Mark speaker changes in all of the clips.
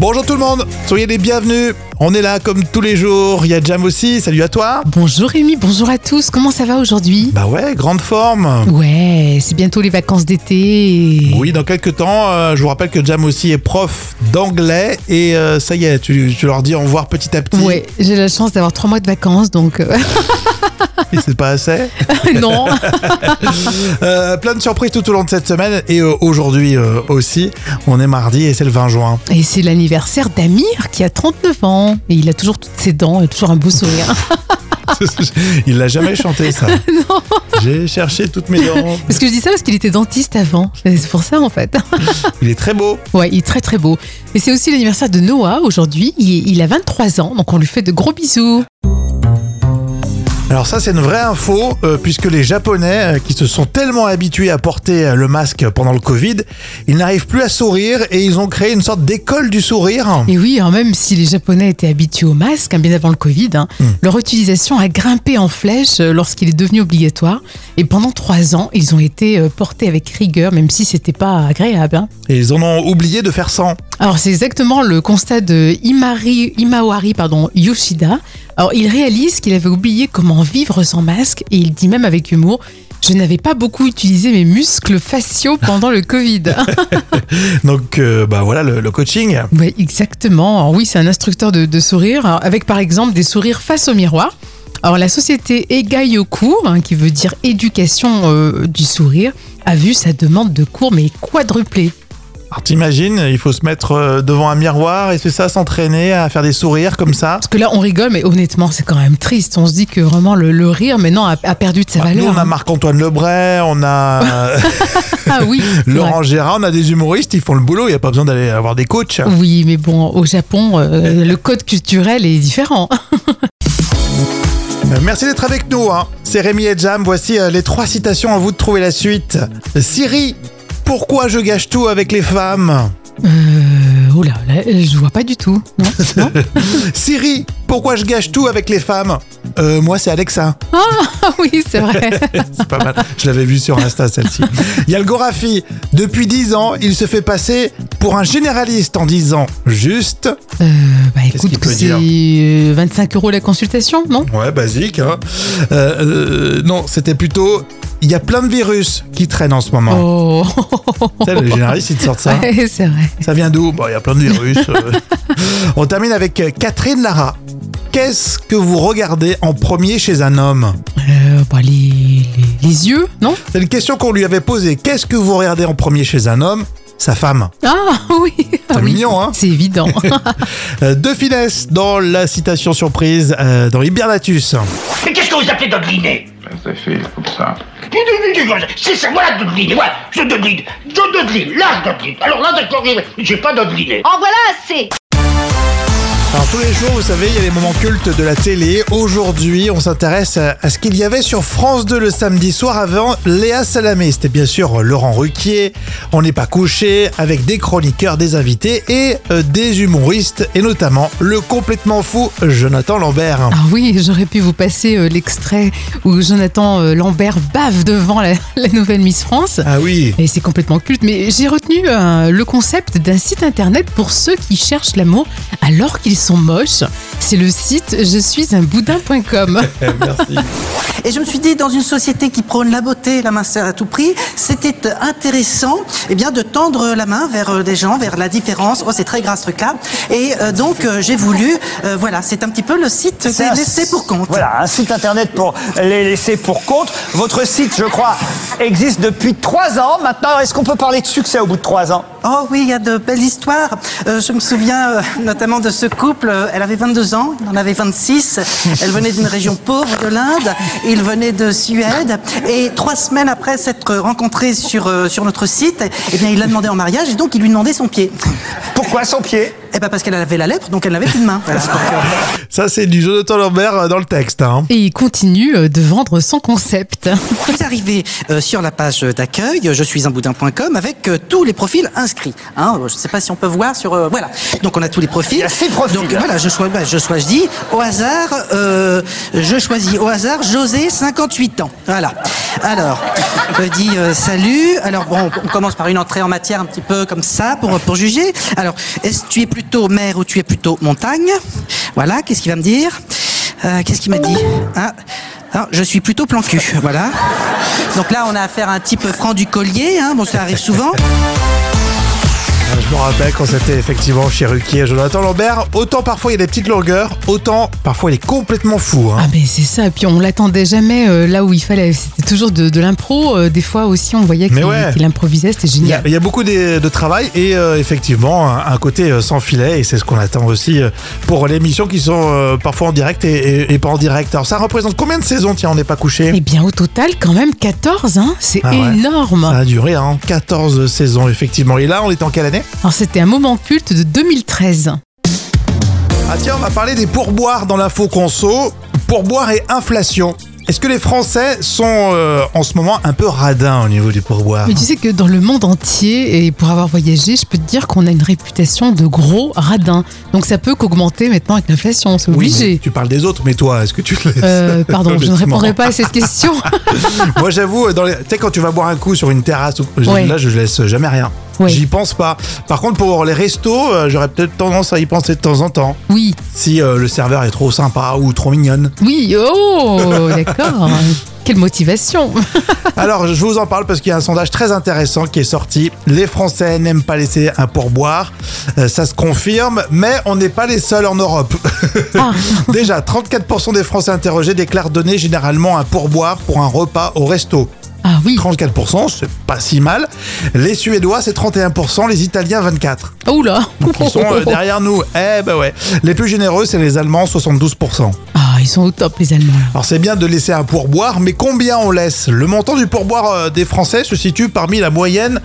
Speaker 1: Bonjour tout le monde, soyez les bienvenus. On est là comme tous les jours. Il y a Jam aussi, salut à toi.
Speaker 2: Bonjour Rémi, bonjour à tous, comment ça va aujourd'hui
Speaker 1: Bah ouais, grande forme.
Speaker 2: Ouais, c'est bientôt les vacances d'été. et-
Speaker 1: Oui, dans quelques temps, euh, je vous rappelle que Jam aussi est prof d'anglais et euh, ça y est, tu, tu leur dis au revoir petit à petit.
Speaker 2: Ouais, j'ai la chance d'avoir trois mois de vacances, donc euh,
Speaker 1: Et c'est pas assez.
Speaker 2: non.
Speaker 1: Euh, plein de surprises tout au long de cette semaine et euh, aujourd'hui euh, aussi. On est mardi et c'est le 20 juin.
Speaker 2: Et c'est l'anniversaire d'Amir qui a 39 ans. Et il a toujours toutes ses dents et toujours un beau sourire.
Speaker 1: Il l'a jamais chanté ça. J'ai cherché toutes mes dents.
Speaker 2: Parce que je dis ça parce qu'il était dentiste avant. Et C'est pour ça en fait.
Speaker 1: Il est très beau.
Speaker 2: Ouais, il est très très beau. Et c'est aussi l'anniversaire de Noah aujourd'hui. Il il a 23 ans, donc on lui fait de gros bisous.
Speaker 1: Alors ça c'est une vraie info euh, puisque les Japonais euh, qui se sont tellement habitués à porter euh, le masque pendant le Covid, ils n'arrivent plus à sourire et ils ont créé une sorte d'école du sourire.
Speaker 2: Et oui, hein, même si les Japonais étaient habitués au masque, hein, bien avant le Covid, hein, leur utilisation a grimpé en flèche euh, lorsqu'il est devenu obligatoire. Et pendant trois ans, ils ont été euh, portés avec rigueur, même si c'était pas agréable. hein.
Speaker 1: Et ils en ont oublié de faire 100.
Speaker 2: Alors c'est exactement le constat de Imari, Imawari pardon, Yoshida. Alors il réalise qu'il avait oublié comment vivre sans masque et il dit même avec humour je n'avais pas beaucoup utilisé mes muscles faciaux pendant le Covid.
Speaker 1: Donc euh, bah voilà le, le coaching.
Speaker 2: Oui, exactement. Alors oui, c'est un instructeur de, de sourire, alors, avec par exemple des sourires face au miroir. Alors la société Egayoku, hein, qui veut dire éducation euh, du sourire, a vu sa demande de cours mais quadruplée.
Speaker 1: Alors t'imagines, il faut se mettre euh, devant un miroir et c'est ça s'entraîner à faire des sourires comme ça.
Speaker 2: Parce que là, on rigole, mais honnêtement, c'est quand même triste. On se dit que vraiment le, le rire, maintenant, a, a perdu de sa
Speaker 1: Bah, Nous
Speaker 2: valeur. hein.
Speaker 1: on a Marc-Antoine Lebray, on a euh,
Speaker 2: Ah oui. c'est
Speaker 1: Laurent Gérard, on a des humoristes, ils font le boulot, il n'y a pas besoin d'aller avoir des coachs.
Speaker 2: vrai. Oui, mais bon, au Japon, euh, le code culturel est différent. hein.
Speaker 1: Euh, Merci d'être avec nous. hein. C'est Rémi et Jam. Voici euh, les trois citations à vous de trouver la suite. Siri, pourquoi je gâche tout avec les femmes
Speaker 2: Euh, oh là, là, je vois pas du tout. Non, non
Speaker 1: Siri, pourquoi je gâche tout avec les femmes Euh, Moi, c'est Alexa.
Speaker 2: Ah oui, c'est vrai.
Speaker 1: C'est pas mal. Je l'avais vu sur Insta, celle-ci. Il y a le Gorafi. Depuis 10 ans, il se fait passer pour un généraliste en disant juste.
Speaker 2: Euh, bah écoute,
Speaker 1: qu'il
Speaker 2: que
Speaker 1: peut
Speaker 2: c'est
Speaker 1: dire
Speaker 2: euh, 25 euros la consultation, non
Speaker 1: Ouais, basique. hein. Euh, euh, non, c'était plutôt. Il y a plein de virus qui traînent en ce moment.
Speaker 2: Oh,
Speaker 1: Tu sais, le généraliste, il te sort ça.
Speaker 2: Ouais, c'est vrai.
Speaker 1: Ça vient d'où Bon, Il y a plein de virus. euh. On termine avec euh, Catherine Lara. Qu'est-ce que vous regardez en premier chez un homme
Speaker 2: Euh, bah, les, les- les yeux, non
Speaker 1: C'est une question qu'on lui avait posée. Qu'est-ce que vous regardez en premier chez un homme Sa femme.
Speaker 2: Ah oui. Ah, oui.
Speaker 1: mignon, hein
Speaker 2: C'est évident.
Speaker 1: Euh, de finesse dans la citation surprise euh, dans Hibernatus.
Speaker 3: Mais qu'est-ce que vous appelez dodeliner
Speaker 4: Ça fait comme ça.
Speaker 3: C'est ça, voilà dodeliner, voilà, je dodeline, je dodeline, là je dodeline. Alors là, d'accord, j'ai pas dodeliné.
Speaker 5: En voilà assez
Speaker 1: Alors tous les jours, vous savez, il y a les moments cultes de la télé. Aujourd'hui, on s'intéresse à, à ce qu'il y avait sur France 2 le samedi soir avant Léa Salamé. C'était bien sûr euh, Laurent Ruquier, On n'est pas couché, avec des chroniqueurs, des invités et euh, des humoristes, et notamment le complètement fou Jonathan Lambert.
Speaker 2: Ah oui, j'aurais pu vous passer euh, l'extrait où Jonathan euh, Lambert bave devant la, la nouvelle Miss France.
Speaker 1: Ah oui
Speaker 2: Et c'est complètement culte, mais j'ai retenu euh, le concept d'un site internet pour ceux qui cherchent l'amour alors qu'ils sont moches. C'est le site je suis un boudin.com.
Speaker 1: Merci.
Speaker 6: Et je me suis dit, dans une société qui prône la beauté, la minceur à tout prix, c'était intéressant eh bien, de tendre la main vers euh, des gens, vers la différence. Oh, c'est très gras ce truc-là. Et euh, donc, euh, j'ai voulu, euh, voilà, c'est un petit peu le site
Speaker 7: C'est un-
Speaker 6: des laissés pour compte.
Speaker 7: Voilà, un site internet pour les laisser pour compte. Votre site, je crois, existe depuis trois ans. Maintenant, est-ce qu'on peut parler de succès au bout de trois ans
Speaker 6: Oh oui, il y a de belles histoires. Euh, je me souviens euh, notamment de ce couple. Euh, Elle avait 22 ans, il en avait 26. Elle venait d'une région pauvre de l'Inde. Il venait de Suède. Et trois semaines après s'être rencontrés sur, euh, sur notre site, eh bien, il l'a demandé en mariage et donc il lui demandait son pied.
Speaker 7: Pourquoi son pied
Speaker 6: Eh ben parce qu'elle avait la lèpre, donc elle n'avait plus de main. Voilà. Donc, euh,
Speaker 1: Ça, c'est du Jonathan Lambert euh, dans le texte. hein.
Speaker 2: Et il continue euh, de vendre son concept.
Speaker 6: Vous arrivez euh, sur la page euh, d'accueil, euh, je suis un boudin.com, avec euh, tous les profils inscrits. Hein, euh, je ne sais pas si on peut voir sur. euh, voilà. Donc on a tous les profils.
Speaker 7: Il y a six profils.
Speaker 6: Donc voilà, je, choi- bah, je choisis au hasard, euh, je choisis au hasard José, 58 ans. Voilà. Alors, on me dit euh, salut. Alors bon, on commence par une entrée en matière un petit peu comme ça pour, pour juger. Alors, est-ce que tu es plus plutôt mer ou tu es plutôt montagne Voilà, qu'est-ce qu'il va me dire Euh, Qu'est-ce qu'il m'a dit Ah, ah, je suis plutôt plan cul, voilà. Donc là, on a affaire à un type franc du collier, hein, bon, ça arrive souvent.
Speaker 1: Euh, Je me rappelle quand c'était effectivement chez Ruquier et Jonathan Lambert, autant parfois il y a des petites longueurs, autant parfois il est complètement fou. hein.
Speaker 2: Ah mais c'est ça, et puis on l'attendait jamais euh, là où il fallait, c'était toujours de, de l'impro, Euh, des fois aussi on voyait
Speaker 1: Mais
Speaker 2: qu'il
Speaker 1: ouais.
Speaker 2: qu'il improvisait, c'était
Speaker 1: Il y, a,
Speaker 2: génial.
Speaker 1: il y a beaucoup de, de travail et euh, effectivement un, un côté euh, sans filet et c'est ce qu'on attend aussi euh, pour les émissions qui sont euh, parfois en direct et, et- et pas en direct. Alors ça représente combien de saisons Tiens, on n'est pas couché.
Speaker 2: Et Eh bien au total quand même 14, hein, c'est
Speaker 1: Ah ouais.
Speaker 2: énorme.
Speaker 1: Ça a duré hein, 14 saisons effectivement. Et là, on est en quelle année
Speaker 2: Alors c'était un moment culte de 2013.
Speaker 1: Ah tiens, on va parler des pourboires dans l'info conso. Pourboires et inflation. Est-ce que les Français sont euh, en ce moment un peu radins au niveau du pourboire
Speaker 2: Mais tu sais que dans le monde entier, et pour avoir voyagé, je peux te dire qu'on a une réputation de gros radin. Donc ça peut qu'augmenter maintenant avec l'inflation, c'est
Speaker 1: Oui, mais
Speaker 2: obligé.
Speaker 1: tu parles des autres, mais toi, est-ce que tu te laisses
Speaker 2: Euh, pardon, je ne
Speaker 1: Honnêtement.
Speaker 2: répondrai pas à cette question.
Speaker 1: Moi, j'avoue, euh, dans les- tu sais, quand tu vas boire un coup sur une terrasse, ou-
Speaker 2: Ouais.
Speaker 1: là, je laisse jamais rien.
Speaker 2: Ouais.
Speaker 1: J'y pense pas. Par contre, pour les restos, euh, j'aurais peut-être tendance à y penser de temps en temps.
Speaker 2: Oui,
Speaker 1: Si euh, le serveur est trop sympa ou trop mignonne.
Speaker 2: oui, oh, d'accord. Quelle motivation.
Speaker 1: Alors, je vous en parle parce qu'il y a un sondage très intéressant qui est sorti. Les Français n'aiment pas laisser un pourboire. Euh, ça se confirme, mais on n'est pas les seuls en Europe.
Speaker 2: Ah.
Speaker 1: Déjà, 34% des Français interrogés déclarent donner généralement un pourboire pour un repas au resto.
Speaker 2: Ah oui,
Speaker 1: 34%, c'est pas si mal. Les Suédois, c'est 31%, les Italiens, 24%.
Speaker 2: oula.
Speaker 1: Donc ils sont euh, derrière nous. Eh ben ouais. Les plus généreux, c'est les Allemands, 72%.
Speaker 2: Ah, ils sont au top, les Allemands. là.
Speaker 1: Alors c'est bien de laisser un pourboire, mais combien on laisse Le montant du pourboire euh, des Français se situe parmi la moyenne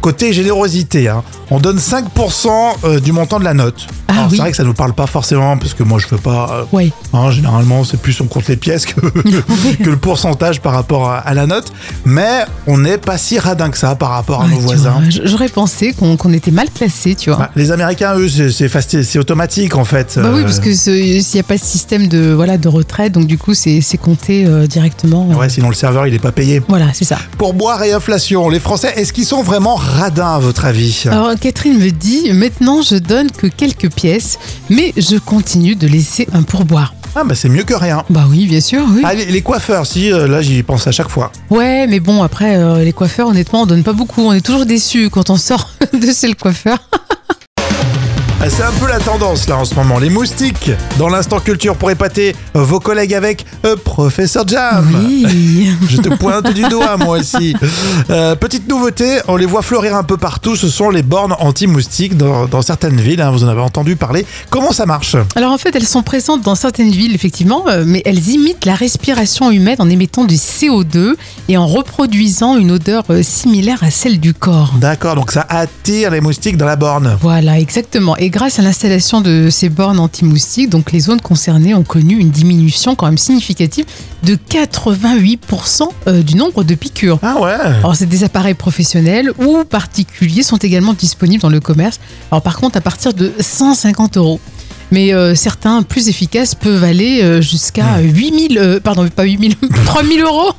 Speaker 1: côté générosité. hein. On donne 5% euh, du montant de la note.
Speaker 2: Ah
Speaker 1: Alors,
Speaker 2: oui.
Speaker 1: C'est vrai que ça nous parle pas forcément, parce que moi je veux pas... euh,
Speaker 2: Ouais.
Speaker 1: hein, généralement, c'est plus on compte les pièces que, que le pourcentage par rapport à, à la note. Mais on n'est pas si radin que ça par rapport à
Speaker 2: Ouais,
Speaker 1: Ah, nos
Speaker 2: tu
Speaker 1: voisins.
Speaker 2: vois, j- J'aurais pensé qu'on qu'on était mal classés, tu vois.
Speaker 1: Bah, les Américains, eux, c'est- c'est faci- c'est automatique en fait.
Speaker 2: Bah oui,
Speaker 1: Euh,
Speaker 2: parce que ce- s'il n'y a pas de système de, voilà, de retraite, donc du coup, c'est c'est compté euh, directement. euh,
Speaker 1: Ouais, sinon le serveur, il n'est pas payé.
Speaker 2: Voilà, c'est ça.
Speaker 1: Pour boire et inflation, les Français, est-ce qu'ils sont vraiment radins à votre avis
Speaker 2: Alors Catherine me dit, maintenant je donne que quelques pièces, mais je continue de laisser un pourboire.
Speaker 1: Ah bah c'est mieux que rien.
Speaker 2: Bah oui, bien sûr, oui.
Speaker 1: Ah, les, les coiffeurs, si, euh, là j'y pense à chaque fois.
Speaker 2: Ouais, mais bon, après, euh, les coiffeurs, honnêtement, on donne pas beaucoup. On est toujours déçus quand on sort de chez le coiffeur.
Speaker 1: Ah, C'est un peu la tendance là en ce moment, les moustiques. Dans l'instant culture pour épater euh, vos collègues avec euh, Professeur Jam.
Speaker 2: Oui.
Speaker 1: Je te pointe du doigt, moi aussi. Euh, petite nouveauté, on les voit fleurir un peu partout. Ce sont les bornes anti-moustiques dans, dans certaines villes. hein, vous en avez entendu parler. Comment ça marche
Speaker 2: Alors en fait, elles sont présentes dans certaines villes, effectivement, euh, mais elles imitent la respiration humaine en émettant du CO2 et en reproduisant une odeur euh, similaire à celle du corps.
Speaker 1: D'accord, donc ça attire les moustiques dans la borne.
Speaker 2: Voilà, exactement. Et grâce à l'installation de ces bornes anti-moustiques, donc les zones concernées ont connu une diminution quand même significative de 88% euh, du nombre de piqûres.
Speaker 1: Ah ouais
Speaker 2: Alors, c'est des appareils professionnels ou particuliers sont également disponibles dans le commerce. Alors, par contre, à partir de 150 euros. Mais euh, certains plus efficaces peuvent aller euh, jusqu'à 8000, euh, pardon, pas 8000, 3000 euros.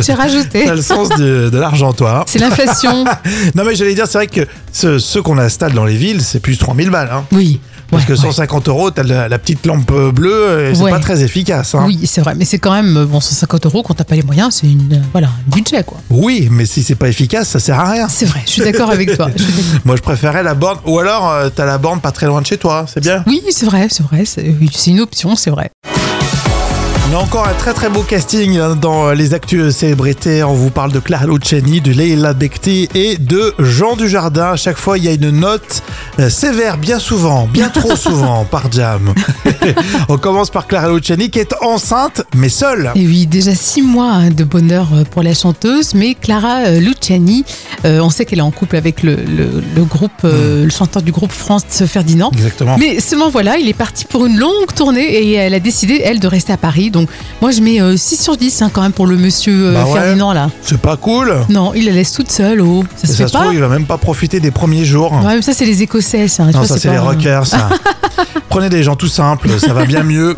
Speaker 2: J'ai rajouté.
Speaker 1: T'as le sens de, de l'argent, toi.
Speaker 2: C'est l'inflation.
Speaker 1: hein. Non, mais j'allais dire, c'est vrai que ce- ceux qu'on installe dans les villes, c'est plus 3000 balles. Hein.
Speaker 2: Oui.
Speaker 1: Parce
Speaker 2: Ouais,
Speaker 1: que
Speaker 2: ouais.
Speaker 1: 150 euros, t'as la, la petite lampe euh, bleue, et c'est
Speaker 2: Ouais.
Speaker 1: pas très efficace. hein.
Speaker 2: Oui, c'est vrai, mais c'est quand même euh, bon 150 euros quand t'as pas les moyens, c'est une euh, voilà un budget quoi.
Speaker 1: Oui, mais si c'est pas efficace, ça sert à rien.
Speaker 2: C'est vrai, je suis d'accord avec toi. Je suis d'accord.
Speaker 1: Moi, je préférais la borne. Ou alors, euh, t'as la borne pas très loin de chez toi, c'est bien.
Speaker 2: Oui, c'est vrai, c'est vrai, c'est oui, c'est une option, c'est vrai.
Speaker 1: On a encore un très très beau casting hein, dans les actus célébrités. On vous parle de Clara Luciani, de Leila Bekti et de Jean Dujardin. À chaque fois, il y a une note euh, sévère, bien souvent, bien trop souvent, par Jam. On commence par Clara Luciani qui est enceinte, mais seule.
Speaker 2: Et Ah oui, déjà six mois hein, de bonheur euh, pour la chanteuse, mais Clara euh, Luciani, euh, on sait qu'elle est en couple avec le, le- le groupe, euh,
Speaker 1: Hmm.
Speaker 2: le chanteur du groupe France Ferdinand.
Speaker 1: Exactement.
Speaker 2: Mais seulement voilà, il est parti pour une longue tournée et elle a décidé, elle, de rester à Paris. Donc moi, je mets euh, 6 sur 10 hein, quand même pour le monsieur euh,
Speaker 1: Bah ouais.
Speaker 2: Ferdinand là.
Speaker 1: C'est pas cool.
Speaker 2: Non, il la laisse toute seule, oh, ça
Speaker 1: Et
Speaker 2: se
Speaker 1: ça
Speaker 2: fait
Speaker 1: se
Speaker 2: pas.
Speaker 1: trouve, il va même pas profiter des premiers jours.
Speaker 2: Ouais, mais ça, c'est les Écossais, ça. Tu
Speaker 1: Non,
Speaker 2: vois,
Speaker 1: ça c'est
Speaker 2: pas-
Speaker 1: les rockers. ça. Prenez des gens tout simples, ça va bien mieux.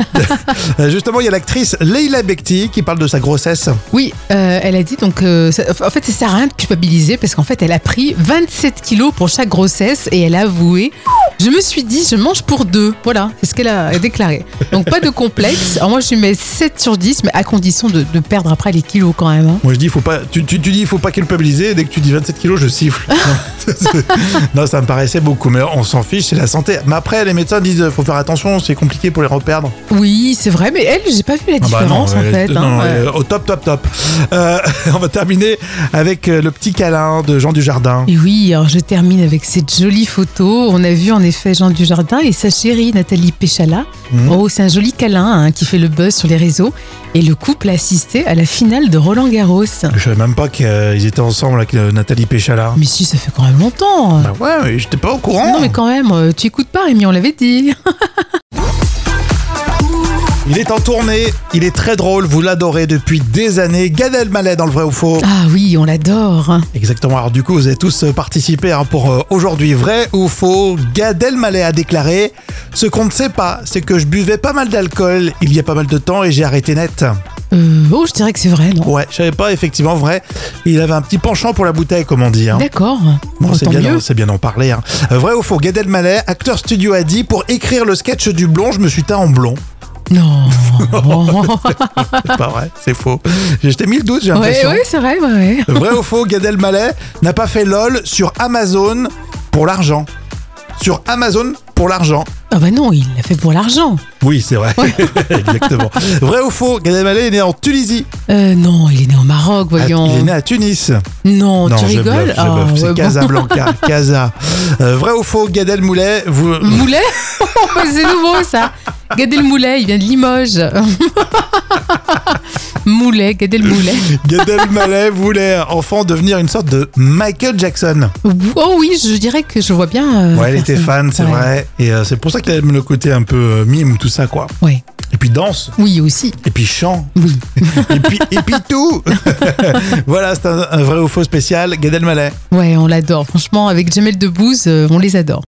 Speaker 1: Euh, Justement, il y a l'actrice Leila Bekti qui parle de sa grossesse.
Speaker 2: Oui, euh, elle a dit donc. euh, ça- en fait, ça sert à rien de culpabiliser parce qu'en fait, elle a pris 27 kilos pour chaque grossesse et elle a avoué Je me suis dit, je mange pour deux. Voilà, c'est ce qu'elle a déclaré. Donc pas de complexe. Alors moi, je lui mets 7 sur 10, mais à condition de, de perdre après les kilos quand même. hein.
Speaker 1: Moi je dis faut pas, tu, tu, tu dis il faut pas culpabiliser. Dès que tu dis 27 kilos, je siffle. non, ça me paraissait beaucoup, mais on s'en fiche, c'est la santé. Mais après, les médecins disent faut faire attention, c'est compliqué pour les reperdre.
Speaker 2: Oui, c'est vrai, mais elle, j'ai pas vu la
Speaker 1: Ah bah
Speaker 2: différence
Speaker 1: non,
Speaker 2: en
Speaker 1: elle-
Speaker 2: fait.
Speaker 1: non,
Speaker 2: hein.
Speaker 1: non,
Speaker 2: Ouais.
Speaker 1: elle est au top, top, top. Euh, on va terminer avec euh, le petit câlin de Jean Dujardin.
Speaker 2: Et oui, alors je termine avec cette jolie photo. On a vu en effet Jean Dujardin et sa chérie Nathalie Péchala.
Speaker 1: Mhm.
Speaker 2: Oh, c'est un joli câlin hein, qui fait le buzz sur les réseaux. Et le couple a assisté à la finale de Roland Garros.
Speaker 1: Je savais même pas qu'ils étaient ensemble avec euh, Nathalie Péchala.
Speaker 2: Mais si, ça fait quand même longtemps.
Speaker 1: Bah ouais, mais j'étais pas au courant.
Speaker 2: Non, mais quand même, euh, tu écoutes pas, Rémi, on l'avait dit.
Speaker 1: Il est en tournée, il est très drôle, vous l'adorez depuis des années. Gad Elmaleh dans le vrai ou faux.
Speaker 2: Ah oui, on l'adore.
Speaker 1: Exactement. Alors du coup, vous avez tous euh, participé hein, pour euh, aujourd'hui vrai ou faux. Gad Elmaleh a déclaré "Ce qu'on ne sait pas, c'est que je buvais pas mal d'alcool il y a pas mal de temps et j'ai arrêté net."
Speaker 2: Euh, oh, je dirais que c'est vrai, non
Speaker 1: Ouais, je savais pas effectivement vrai. Il avait un petit penchant pour la bouteille, comme on dit. hein.
Speaker 2: D'accord.
Speaker 1: Bon,
Speaker 2: Bon,
Speaker 1: c'est
Speaker 2: tant
Speaker 1: bien,
Speaker 2: mieux.
Speaker 1: d'en- c'est bien d'en parler. hein. Euh, Vrai ou faux Gad Elmaleh, acteur studio a dit pour écrire le sketch du blond, je me suis teint en blond.
Speaker 2: Non.
Speaker 1: C'est pas vrai, c'est faux. Je t'ai mis le doute, j'ai
Speaker 2: ouais,
Speaker 1: l'impression.
Speaker 2: ouais, c'est vrai, ouais, ouais.
Speaker 1: Vrai ou faux, Gad Elmaleh n'a pas fait LOL sur Amazon pour l'argent. Sur Amazon pour l'argent.
Speaker 2: Ah bah non, il l'a fait pour l'argent.
Speaker 1: Oui, c'est vrai. Exactement. Vrai ou faux, Gad Elmaleh est né en Tunisie.
Speaker 2: Euh, non, il est né au Maroc,
Speaker 1: Ah,
Speaker 2: voyons.
Speaker 1: Il est né à Tunis.
Speaker 2: Non, tu
Speaker 1: je bluffe,
Speaker 2: rigoles
Speaker 1: je
Speaker 2: Ah,
Speaker 1: bluffe. C'est
Speaker 2: ouais, bon.
Speaker 1: Casablanca, Casa. Euh, vrai ou faux, Gad Elmaleh, vous...
Speaker 2: Moulet Oh, C'est nouveau ça Gad Elmaleh, il vient de Limoges. Moulet, Gad Elmaleh.
Speaker 1: Gad Elmaleh voulait enfant devenir une sorte de Michael Jackson.
Speaker 2: Oh oui, je dirais que je vois bien. euh,
Speaker 1: Ouais, elle était fan,
Speaker 2: personne.
Speaker 1: c'est
Speaker 2: Ouais.
Speaker 1: vrai. Et euh, c'est pour ça qu'elle aime le côté un peu euh, mime, tout ça, quoi.
Speaker 2: Ouais.
Speaker 1: Et puis danse,
Speaker 2: Oui aussi.
Speaker 1: et puis chant,
Speaker 2: Oui.
Speaker 1: et puis, et puis tout. voilà, c'est un, un vrai ou faux spécial, Gad Elmaleh.
Speaker 2: Ouais, on l'adore. Franchement, avec Jamel Debbouze, euh, on les adore.